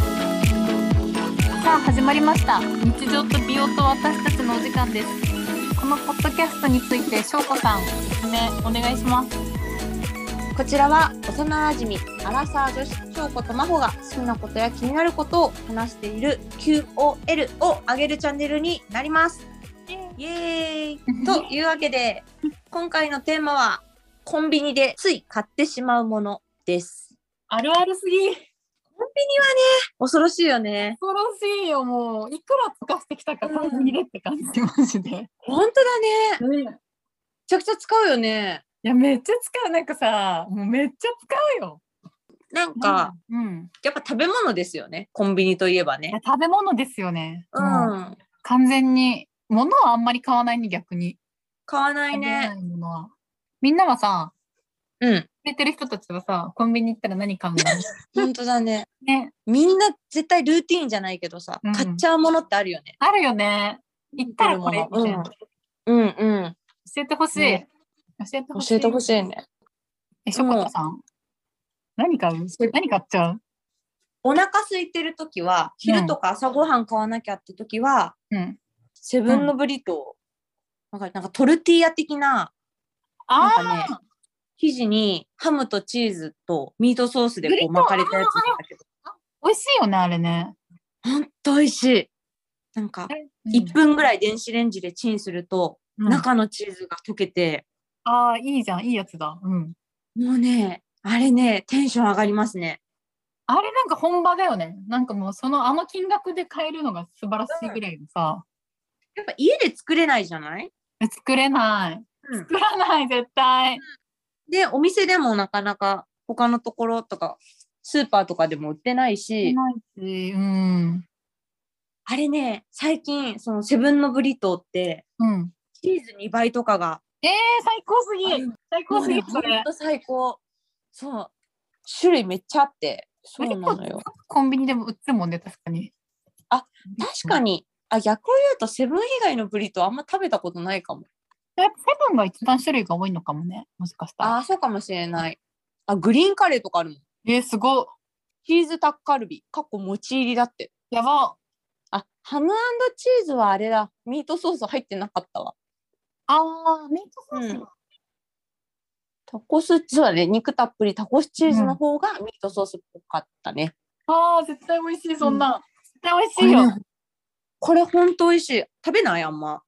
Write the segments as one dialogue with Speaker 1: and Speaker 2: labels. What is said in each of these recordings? Speaker 1: さあ始まりました日常と美容と私たちのお時間ですこのポッドキャストについてしょうこさん説明お願いします
Speaker 2: こちらは幼馴染アラサー女子翔子と真帆が好きなことや気になることを話している QOL を上げるチャンネルになります。イエーイというわけで今回のテーマはコンビニでつい買ってしまうものです。
Speaker 1: あるあるすぎ
Speaker 2: 恐ろしいよね。
Speaker 1: 恐ろしいよもういくら使してきたか
Speaker 2: うん
Speaker 1: コンビニでって感じマジで、
Speaker 2: 本当だね。め
Speaker 1: い
Speaker 2: ちゃくちゃ使うよね。
Speaker 1: やめっちゃ使うなんかさもうめっちゃ使うよ
Speaker 2: なんか、
Speaker 1: うん
Speaker 2: やっぱ食べ物ですよね。コンビニといえば
Speaker 1: いや
Speaker 2: ね。
Speaker 1: 食べ物ですよね、
Speaker 2: う。
Speaker 1: もうん完全に物はあんまり買わないに逆に
Speaker 2: 買わない
Speaker 1: 食べな
Speaker 2: ね。
Speaker 1: いものはみんなはさ
Speaker 2: うん。
Speaker 1: 売れてる人たちはさコンビニ行ったら何買うん だろう
Speaker 2: 本当だね。
Speaker 1: ね
Speaker 2: みんな絶対ルーティーンじゃないけどさ、
Speaker 1: うん
Speaker 2: 買っちゃうものってあるよね。
Speaker 1: あるよね行ったらこれみたいな、
Speaker 2: うんうんうん。
Speaker 1: 教えてほしい、
Speaker 2: ね
Speaker 1: 教えてほしい
Speaker 2: 教えてほしいね。
Speaker 1: えしょこたさん、何買う何買っちゃう
Speaker 2: お腹空いてる時は、
Speaker 1: うん
Speaker 2: 昼とか朝ごはん買わなきゃって時は、
Speaker 1: うん
Speaker 2: セブンのブリトー、なんかなんかトルティーヤ的な、なん
Speaker 1: あ
Speaker 2: かね、生地にハムとチーズとミートソースで
Speaker 1: ブリト
Speaker 2: こう
Speaker 1: ー
Speaker 2: 巻かれたやつなんだけど、
Speaker 1: ー美味しいよねあれね
Speaker 2: ほんと美味しい。なんか、1分ぐらい電子レンジでチンする
Speaker 1: う
Speaker 2: と、
Speaker 1: ん
Speaker 2: 中のチーズが溶けて、
Speaker 1: ああいいじゃんいいやつだうん
Speaker 2: もうね、あれね、テンション上がりますね。
Speaker 1: あれなんか本場だよねなんかもうそのあの金額で買えるのが素晴らしいぐらいのさ、
Speaker 2: やっぱ家で作れないじゃない
Speaker 1: 作れない
Speaker 2: うん
Speaker 1: 作らない絶対
Speaker 2: で、お店でもなかなか他のところとか、スーパーとかでも売ってないし、
Speaker 1: ないしうん
Speaker 2: あれね、最近、そのセブンのブリトーって、
Speaker 1: うん
Speaker 2: チーズ2倍とかが、
Speaker 1: えー、最高すぎ最高
Speaker 2: もう
Speaker 1: す
Speaker 2: ね、
Speaker 1: ぎ
Speaker 2: ほ
Speaker 1: そ
Speaker 2: ん
Speaker 1: れ
Speaker 2: と最高。そう。種類めっちゃあって、そうなのよ。
Speaker 1: コンビニでも売ってるもんね確かに
Speaker 2: あ確かに、あ、逆を言うとセブン以外のブリトーあんま食べたことないかも。
Speaker 1: やっぱセブンが一番種類が多いのかもね、もしかしたら。
Speaker 2: あ、そうかもしれない。あ、グリーンカレーとかあるもん。
Speaker 1: えー、すごっ
Speaker 2: チーズタッカルビ、かっこ持ち入りだって。
Speaker 1: やばっ
Speaker 2: あ、ハムチーズはあれだ。ミートソース入ってなかったわ。
Speaker 1: あー、ミートソース、
Speaker 2: うんタコス、そうだね。肉たっぷりタコスチーズ
Speaker 1: うん
Speaker 2: の方がミートソースっぽかったね。
Speaker 1: あー、絶対美味しい、そんな。絶対美味しいよ。
Speaker 2: これほんと美味しい。食べないあんま。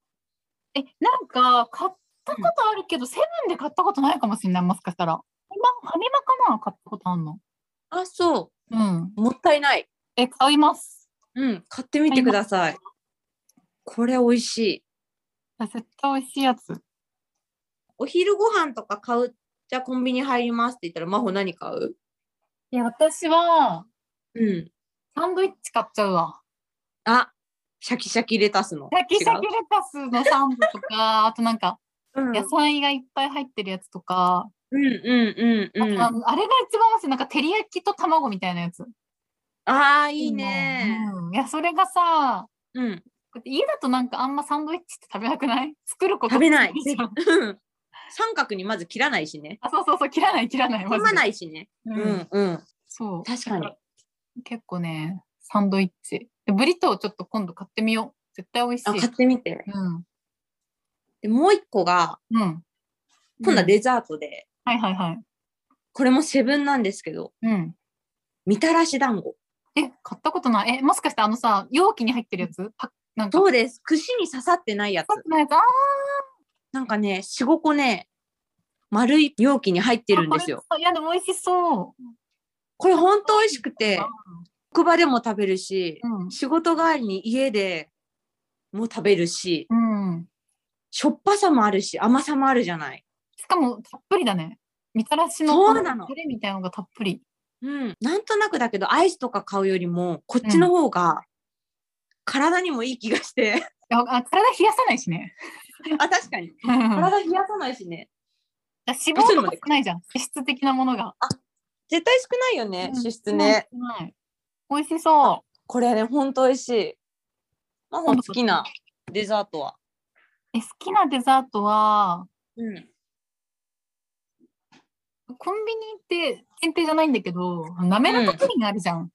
Speaker 1: え、なんか、買ったことあるけど、セブンで買ったことないかもしれない、もしかしたら。今、ファミマかな買ったことあんの。
Speaker 2: あ、そ
Speaker 1: うん。
Speaker 2: う。もったいない。
Speaker 1: え、買います。
Speaker 2: うん。買ってみてください。これ美味しい。
Speaker 1: あ絶対美味しいやつ。
Speaker 2: お昼ご飯とか買う。じゃあコンビニ入りますって言ったら、真帆何買う
Speaker 1: いや、私は、
Speaker 2: うん。
Speaker 1: サンドイッチ買っちゃうわ。
Speaker 2: あ、シャキシャキレタスの。
Speaker 1: シャキシャキ
Speaker 2: 違
Speaker 1: レタスのサンドとか、あとなんか、
Speaker 2: ううん
Speaker 1: 野菜がいっぱい入ってるやつとか、
Speaker 2: うんうんうんうん。
Speaker 1: あ
Speaker 2: あ
Speaker 1: とああれが一番美味しい。なんか、照り焼きと卵みたいなやつ。
Speaker 2: あー、いいね。
Speaker 1: うんいや、それがさ、
Speaker 2: うん。
Speaker 1: だって家だとなんかあんまサンドイッチって食べなくない 作ること
Speaker 2: 食べない
Speaker 1: じゃん
Speaker 2: うん三角にまず切らないしね。
Speaker 1: あ、そうそうそう、切らない切らない。。
Speaker 2: 踏まないいしね。
Speaker 1: う。
Speaker 2: うんんうん。
Speaker 1: そう。
Speaker 2: 確かに。
Speaker 1: 結構ね、サンドイッチ。でブリトーちょっと今度買ってみよう。絶対美味し
Speaker 2: あ、買
Speaker 1: い。
Speaker 2: ってみて。
Speaker 1: うん。
Speaker 2: で、もう一個が、
Speaker 1: うん。
Speaker 2: 今度は
Speaker 1: で、
Speaker 2: デザートで、
Speaker 1: はいはいはい。
Speaker 2: これもセブンなんですけど、
Speaker 1: うん。
Speaker 2: みたらし団子。
Speaker 1: え、買ったことない。え、もしかしてあのさ、容器に入ってるやつパッなんか。
Speaker 2: そうです。串に刺さってないやつ
Speaker 1: パ。ックのやつあー
Speaker 2: なんかね、4、5個ね、丸い容器に入ってるんですよ。
Speaker 1: あこれいや、でも美味しそう。
Speaker 2: これほんと美味しくて
Speaker 1: あ、
Speaker 2: 職場でも食べるし、
Speaker 1: うん。
Speaker 2: 仕事帰りに家でも食べるし、
Speaker 1: うん。
Speaker 2: しょっぱさもあるし、甘さもあるじゃない。
Speaker 1: しかもたっぷりだね。みたらしの
Speaker 2: そうなの
Speaker 1: タレみたいなのがたっぷり。
Speaker 2: うん、なんとなくだけどアイスとか買うよりもこっちの方が体にもいい気がして、
Speaker 1: ああ体冷やさないしね。
Speaker 2: あ確かに
Speaker 1: 体
Speaker 2: 体冷やさないしね
Speaker 1: 脂肪とか少ないじゃん。脂質的なものが。
Speaker 2: 絶対少ないよね
Speaker 1: うん
Speaker 2: 脂質ね、。
Speaker 1: 少ない美味しそう。
Speaker 2: これねほんと美味しいまあほんと好きなデザートは
Speaker 1: え好きなデザートは
Speaker 2: うん。
Speaker 1: コンビニって限定じゃないんだけどなめらかプリンあるじゃん、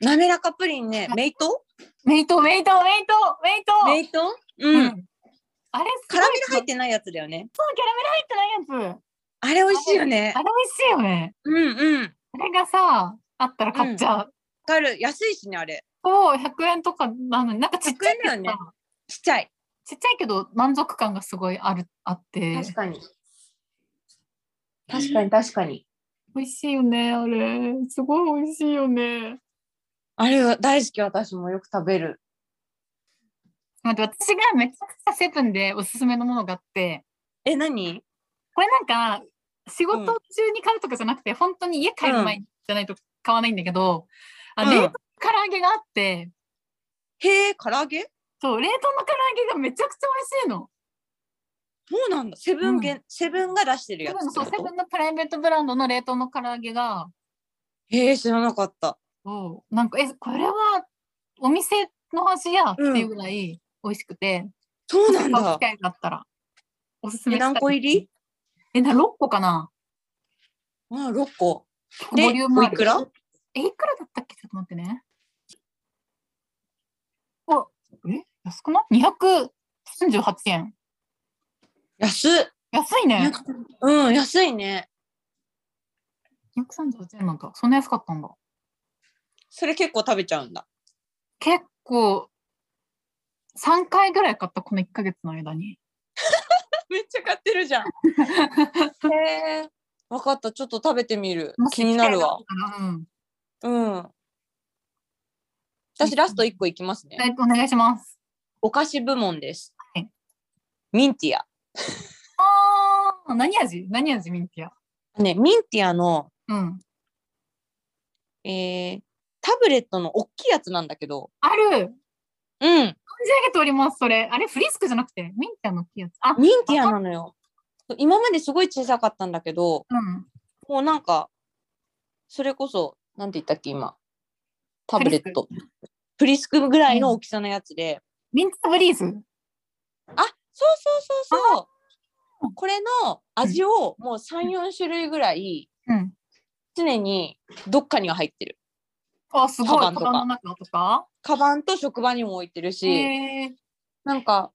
Speaker 2: 滑らかプリンね、メイト
Speaker 1: メイトメイトメイトメイト
Speaker 2: メイトう。
Speaker 1: うんんあれす
Speaker 2: カ
Speaker 1: ごい
Speaker 2: ラメル入ってないやつだよね。
Speaker 1: 入ってないやつ
Speaker 2: あれ美味しいよね
Speaker 1: あ。れ美味しいよね
Speaker 2: うんうん。わ
Speaker 1: あれがさあったら買っちゃう、
Speaker 2: かる。安いしね、あれ。
Speaker 1: そう100円とかなのになんかちっちゃいけど
Speaker 2: 100円だよ
Speaker 1: さ
Speaker 2: ねちっちゃい。
Speaker 1: ちっちゃいけど満足感がすごいあるあって
Speaker 2: かに。確かに確かに。
Speaker 1: 美味しいよねあれすごい美味しいよね
Speaker 2: あれは大好き、私もよく食べる。
Speaker 1: 待って私がめちゃくちゃセブンでおすすめのものがあって
Speaker 2: え、何
Speaker 1: これなんか仕事中に買うとかじゃなくて、本当に家帰る前じゃないと買わないんだけど、あ
Speaker 2: うん
Speaker 1: 冷凍の唐揚げがあって
Speaker 2: へえ、唐揚げ
Speaker 1: そう冷凍の唐揚げがめちゃくちゃ美味しいの
Speaker 2: そうなんだ。セブン限、セブンが出してる
Speaker 1: セ
Speaker 2: や
Speaker 1: ブン
Speaker 2: つ。
Speaker 1: そうセブンのプライベートブランドの冷凍の唐揚げが
Speaker 2: へえ、知らなかった。
Speaker 1: そうなんかえこれはお店の味やっていうぐらい美味しくて、
Speaker 2: そうな ん
Speaker 1: 買う機
Speaker 2: だ。
Speaker 1: 会があったらおすすめし
Speaker 2: え、
Speaker 1: たい
Speaker 2: 何個入り
Speaker 1: えな6個かな
Speaker 2: ああ、6個。
Speaker 1: 結構
Speaker 2: で、
Speaker 1: ボリューム
Speaker 2: お
Speaker 1: あ
Speaker 2: い
Speaker 1: る
Speaker 2: くら
Speaker 1: え、いくらだったっけちょっと待ってね。お、え、安くない ?238 円。
Speaker 2: 安っ。
Speaker 1: 安いね。
Speaker 2: うん、安いね。
Speaker 1: 238円なんだ。そんな安かったんだ。
Speaker 2: それ結構食べちゃうんだ。
Speaker 1: 結構、3回ぐらい買った、この1ヶ月の間に。
Speaker 2: めっちゃ買って るじゃん。へえ。わかった。ちょっと食べてみる
Speaker 1: も。し
Speaker 2: 気になるわ
Speaker 1: 機。会があったらうん。
Speaker 2: うん。私、ラスト1個いきますね。
Speaker 1: えお願いします。
Speaker 2: お菓子部門です。
Speaker 1: はい
Speaker 2: ミンティア。
Speaker 1: あー、何味何味ミンティア。
Speaker 2: ね、ミンティアの、
Speaker 1: うん。
Speaker 2: えータブレットの大きいやつなんだけど、
Speaker 1: ある
Speaker 2: うん、
Speaker 1: 存じ上げております、それ。あれ、フリスクじゃなくて、ミンティアの大きいやつ。あ、
Speaker 2: ミンティアなのよ。今まですごい小さかったんだけど、
Speaker 1: うん。
Speaker 2: もうなんか、それこそ、なんて言ったっけ、今。タブレット。フリスクぐらいの大きさのやつで、
Speaker 1: ミンティアブリーズ。
Speaker 2: あそうそうそうそうこれの味をもう34種類ぐらい
Speaker 1: うん。
Speaker 2: 常にどっかには入ってる
Speaker 1: あ、すごい。カ
Speaker 2: カバンとか
Speaker 1: バンの中とか。
Speaker 2: カバンと職場にも置いてるし
Speaker 1: へー
Speaker 2: なんか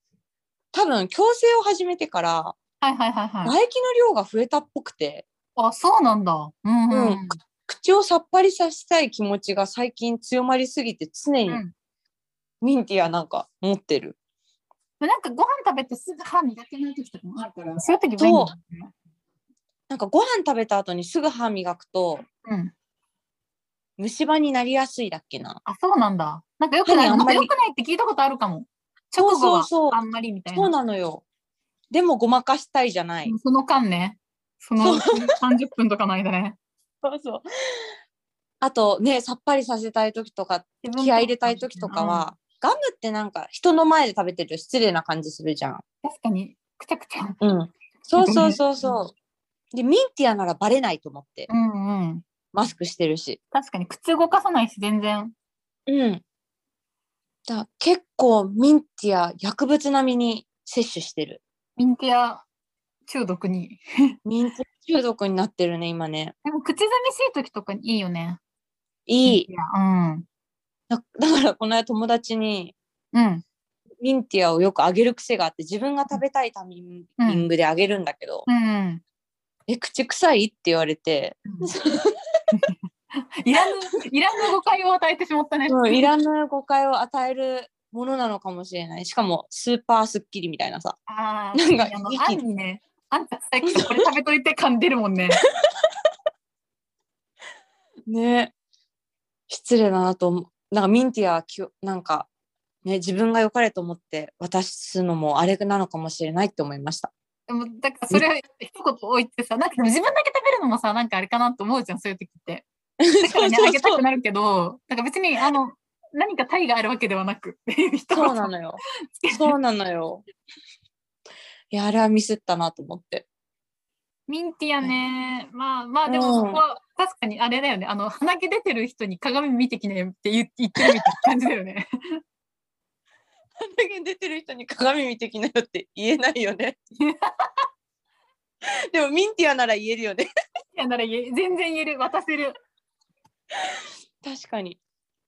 Speaker 2: 多分矯正を始めてから
Speaker 1: はいはいはいはい。
Speaker 2: 唾液の量が増えたっぽくて、
Speaker 1: あ、そうなんだ。うんうん。
Speaker 2: うん口をさっぱりさせたい気持ちが最近強まりすぎて常に
Speaker 1: うん
Speaker 2: ミンティアなんか持ってる、
Speaker 1: なんかご飯食べてすぐ歯磨けない時とかもあるから、そういう時便利だね
Speaker 2: なんかご飯食べた後にすぐ歯磨くと
Speaker 1: うん。
Speaker 2: 虫歯になりやすいだっけな
Speaker 1: あ、そうなんだ。なんかよくない、
Speaker 2: 歯にあん
Speaker 1: なん
Speaker 2: ま
Speaker 1: か
Speaker 2: り
Speaker 1: よくないって聞いたことあるかも。直後は
Speaker 2: そうそうそう
Speaker 1: あんまりみたい
Speaker 2: そう
Speaker 1: な。
Speaker 2: なのよでもごまかしたいじゃない
Speaker 1: その間ね。その
Speaker 2: そう
Speaker 1: 30分とかの間ね。
Speaker 2: そうそう。あとね、さっぱりさせたい時とか、気合い入れたい時とかは、ガムってなんか人の前で食べてると失礼な感じするじゃん。
Speaker 1: うん。確かに、くちゃくちゃ。
Speaker 2: うん。そうそうそうそう。で、ミンティアならバレないと思って、
Speaker 1: うんうん。
Speaker 2: マスクしてるし。
Speaker 1: 確かに、口動かさないし、全然。
Speaker 2: うん。だから結構ミンティア薬物並みに摂取してる。
Speaker 1: ミンティア中毒に。
Speaker 2: ミンティア中毒になってるね、今ね。
Speaker 1: でも、口寂しい時とかにいいよね。
Speaker 2: いい。
Speaker 1: ミンティアうん。
Speaker 2: だだからこの間友達に、
Speaker 1: うん。
Speaker 2: ミンティアをよくあげる癖があって、自分が食べたいタイミングであげるんだけど、
Speaker 1: うん。
Speaker 2: え、口臭いって言われて、
Speaker 1: いらぬ、いらぬ誤解を与えてしまったね。
Speaker 2: うん、いらぬ誤解を与えるものなのかもしれない。しかも、スーパースッキリみたいなさ。
Speaker 1: あ
Speaker 2: な
Speaker 1: なんん
Speaker 2: か
Speaker 1: か、あの、
Speaker 2: 息
Speaker 1: あんにね、あんたさっきこれ食べといて噛んでるもんね。
Speaker 2: ね失礼だなと思う。なんか、ミンティアはきを、なんか、ね、自分が良かれと思って渡すのもあれなのかもしれないって思いました。
Speaker 1: でも、だからそれ、一言置いてさ、なんかでも自分だけ食べるのもさ、なんかあれかなと思うじゃん、そういう時って。だからね、
Speaker 2: そうそうそう
Speaker 1: あげたくなるけど、なんか別に、あの、何か対があるわけではなく、っていう人
Speaker 2: そうなの よ。そうなのよ。いや、あれはミスったなと思って。
Speaker 1: ミンティアね、まあまあ、でもそこは、確かにあれだよね、あの、鼻毛出てる人に鏡見てきねって言言ってるみたいな感じだよね。
Speaker 2: あんだけ出てる人に鏡見てきなよって言えないよ ね。でもミンティアなら言えるよね。
Speaker 1: いやなら言え全然言える渡せる
Speaker 2: 確かに。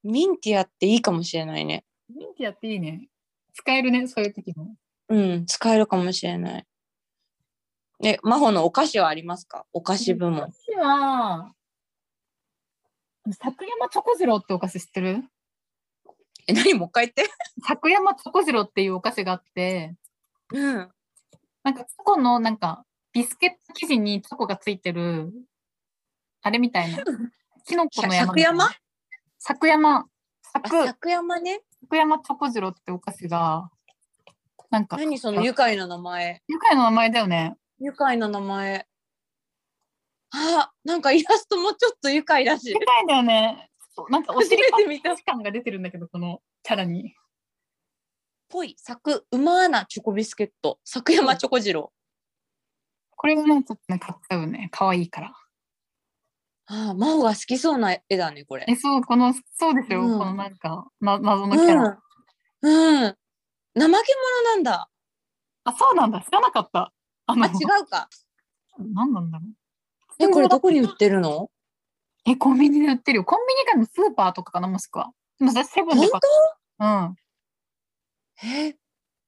Speaker 2: ミンティアっていいかもしれないね。
Speaker 1: ミンティアっていいね使えるねそういう時も
Speaker 2: うん、使えるかもしれない。え、真帆のお菓子はありますかお菓子部門。
Speaker 1: 私は里山チョコゼロってお菓子知ってる
Speaker 2: え、何もう一回言って。
Speaker 1: 里山チョコゼロっていうお菓子があって
Speaker 2: うん。
Speaker 1: なんかチョコのなんかビスケット生地にチョコがついてるあれみたい なキノコの山みたいな柵山
Speaker 2: あ、
Speaker 1: 柵
Speaker 2: 作山ね。
Speaker 1: 柵山チョコゼロってお菓子がなんか
Speaker 2: 何その愉快な名前。
Speaker 1: 愉快の名前だよね
Speaker 2: 愉快な名前。あ、なんかイラストもちょっと愉快だし
Speaker 1: 愉。快だよねそうなんかお尻
Speaker 2: 初めて
Speaker 1: 見た感が出てるんだけどこのキャラに
Speaker 2: ぽい、作、うまーなチョコビスケット。作山チョコジロ
Speaker 1: これがねちょっとね買っちゃうね可愛いから
Speaker 2: ああ、真帆が好きそうな絵だね、これ。
Speaker 1: えそうこのそうですよ、
Speaker 2: うん
Speaker 1: このなんか、ま、謎のキャラ、
Speaker 2: うん。うん。怠け者なんだ。
Speaker 1: あそうなんだ知らなかったあ
Speaker 2: あ、
Speaker 1: の
Speaker 2: 違うか。
Speaker 1: 何なんだろう
Speaker 2: え、これどこに売ってるの
Speaker 1: え、コンビニで売ってるよ。コンビニかのスーパーとかかな、もしくは。でも私、セブンで買った。うん。
Speaker 2: え、
Speaker 1: で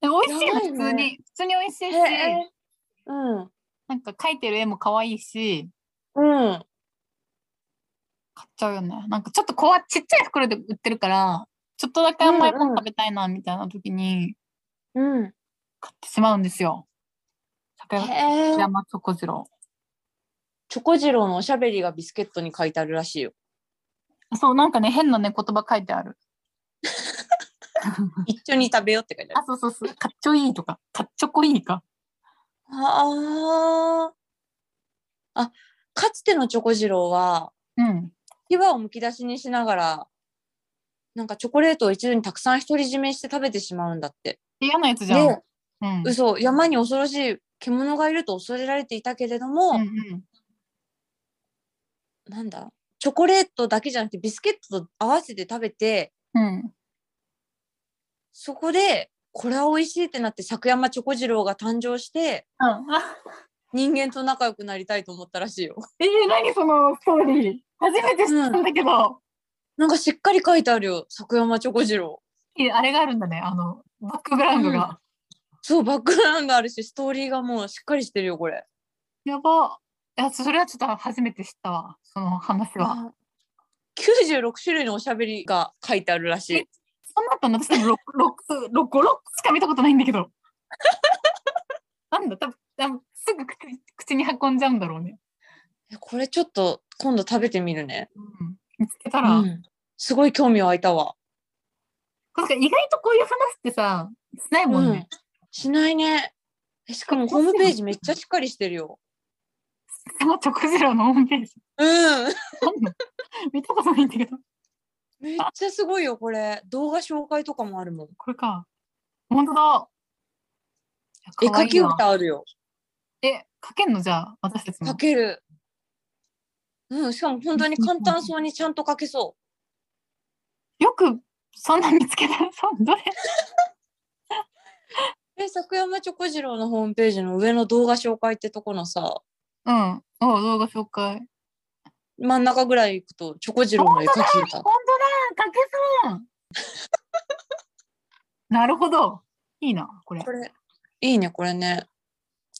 Speaker 1: 美味しいの、
Speaker 2: やばい
Speaker 1: 普
Speaker 2: ね
Speaker 1: 通に。普通に美味しいし、
Speaker 2: えうん。
Speaker 1: なんか描いてる絵も可愛いし、
Speaker 2: うん。
Speaker 1: 買っちゃうよね。なんかちょっとこわちっちゃい袋で売ってるから、ちょっとだけ甘いも
Speaker 2: うんうん
Speaker 1: ん食べたいな、みたいな時に
Speaker 2: うん。
Speaker 1: 買ってしまうんですよ。
Speaker 2: へ
Speaker 1: 桜
Speaker 2: え。
Speaker 1: 山チョコジロ
Speaker 2: チョコジロのおしゃべりがビスケットに書いてあるらしい よ。
Speaker 1: ー。そう、なんかね、変なね、言葉書いてある。
Speaker 2: 一緒に食べようって書いてある。
Speaker 1: あ、そうそうそう。かっちょいいとか、かっちょこいいか。
Speaker 2: ああ。あ、かつてのチョコジロは、
Speaker 1: うん。
Speaker 2: 牙をむき出しにしながら、なんかチョコレートを一度にたくさん独り占めして食べてしまうんだって。
Speaker 1: 嫌なやつじゃん。
Speaker 2: で、
Speaker 1: うん。
Speaker 2: 嘘、山に恐ろしい獣がいると恐れられていたけれども、
Speaker 1: うんうん。
Speaker 2: なんだチョコレートだけじゃなくてビスケットと合わせて食べて、
Speaker 1: うん。
Speaker 2: そこで、これは美味しいってなって、作山チョコジローが誕生して、
Speaker 1: うん。あ
Speaker 2: 人間と仲良くなりたいと思ったらしいよ。
Speaker 1: えー、何そのストーリー初めて知ったんだけど、
Speaker 2: なんかしっかり書いてあるよ、作山チョコジロー。
Speaker 1: いやあれがあるんだねあのバックグラウンドが、
Speaker 2: そう、バックグラウンドあるし、ストーリーがもうしっかりしてるよ、これ。
Speaker 1: やばいやそれはちょっと初めて知ったわその話は
Speaker 2: あ96種類のおしゃべりが書いてあるらしい。
Speaker 1: そんなあったの私多分6 6 56しか見たことないんだけ どなんだ多分多分すぐ口口に運んじゃうんだろうね、
Speaker 2: えこれちょっと今度食べてみるね。
Speaker 1: うん、見つけたら、
Speaker 2: うんすごい興味湧いたわ。
Speaker 1: なんか意外とこういう話ってさしないもんね、
Speaker 2: しないね。えしかもホームページめっちゃしっかりしてるよ。
Speaker 1: その直ゼロのホームページ
Speaker 2: うん。
Speaker 1: なんだ見たことないんだけど
Speaker 2: めっちゃすごいよ、これ。動画紹介とかもあるもん。
Speaker 1: これか。本当だ。
Speaker 2: 絵
Speaker 1: かわ
Speaker 2: 描
Speaker 1: い
Speaker 2: き
Speaker 1: いな
Speaker 2: 歌あるよ。
Speaker 1: え、書けんのじゃあ、私たち
Speaker 2: 描
Speaker 1: も。
Speaker 2: ける。うん、しかも本当に簡単そうにちゃんと描けそ
Speaker 1: よく、そんな見つけた。そう、 どれ
Speaker 2: う。え、作山チョコジローのホームページの上の動画紹介ってとこのさ、
Speaker 1: うん。お動画紹介。
Speaker 2: 真ん中ぐらい行くと、チョコジローの絵描き
Speaker 1: 本当だ
Speaker 2: 歌。
Speaker 1: 書けそうなるほど。いいな、これ
Speaker 2: こ。れ、いいね、これね。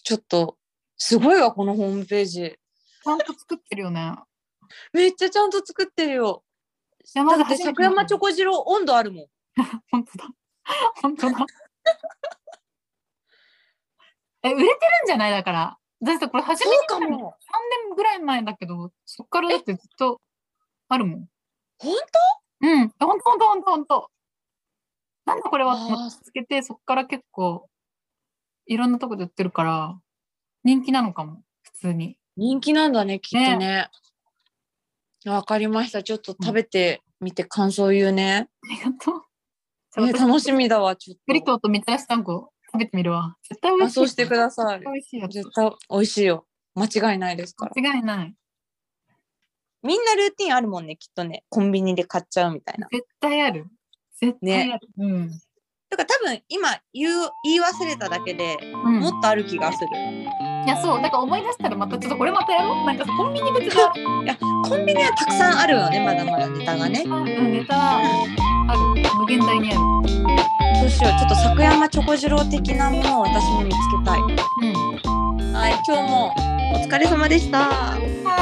Speaker 2: ちょっと、すごいわ、このホームページ。
Speaker 1: ちゃんと作ってるよね。
Speaker 2: めっちゃちゃんと作ってるよ。
Speaker 1: いや、ま
Speaker 2: だ
Speaker 1: ず
Speaker 2: っ
Speaker 1: 初めて
Speaker 2: て、桜山チョコジロー温度あるもん。
Speaker 1: 本当だ。本当だ。え、売れてるんじゃないだから。だってこれ初
Speaker 2: そ
Speaker 1: めて
Speaker 2: うかも。
Speaker 1: 3年ぐらい前だけど、そっからだってずっとあるもん。
Speaker 2: 本
Speaker 1: うん、ほんとほんとほんとほんと。なんだこれは
Speaker 2: あー
Speaker 1: と思ってつけて、そっから結構、いろんなとこで売ってるから、人気なのかも、普通に。
Speaker 2: 人気なんだね、きっとね。わかりました。ちょっと食べてみて感想言うね。
Speaker 1: ありがとう。じゃあ
Speaker 2: ね
Speaker 1: 私
Speaker 2: 楽しみだわ、ちょ
Speaker 1: ブリ
Speaker 2: っと。
Speaker 1: トーとみたらし団子食べてみるわ。絶対美
Speaker 2: あ、
Speaker 1: 味しい。
Speaker 2: そうしてください
Speaker 1: 絶。対美味しいやつ。
Speaker 2: 絶対美味しいよ。間違いないですから。
Speaker 1: 間違いない。
Speaker 2: みんなルーティンあるもんね、きっとね。コンビニで買っちゃうみたいな。
Speaker 1: 絶対ある。絶対ある。うん。
Speaker 2: だから多分今言う言い忘れただけで
Speaker 1: うん、
Speaker 2: もっとある気がする、
Speaker 1: いやそうだから思い出したらまたちょっとこれまたやろうなんかコンビニ別が、
Speaker 2: コンビニはたくさんあるよねまだまだネタがね
Speaker 1: うん、ネタある無限大にある
Speaker 2: どうしようちょっと作山チョコ次郎的なものを私も見つけたい
Speaker 1: うん
Speaker 2: はい今日もお疲れ様でした
Speaker 1: あ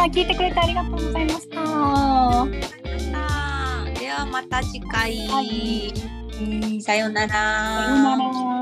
Speaker 1: ー聞いてくれてありがとうございましたは
Speaker 2: ではまた次回、
Speaker 1: いさよ
Speaker 2: さようなら
Speaker 1: うなら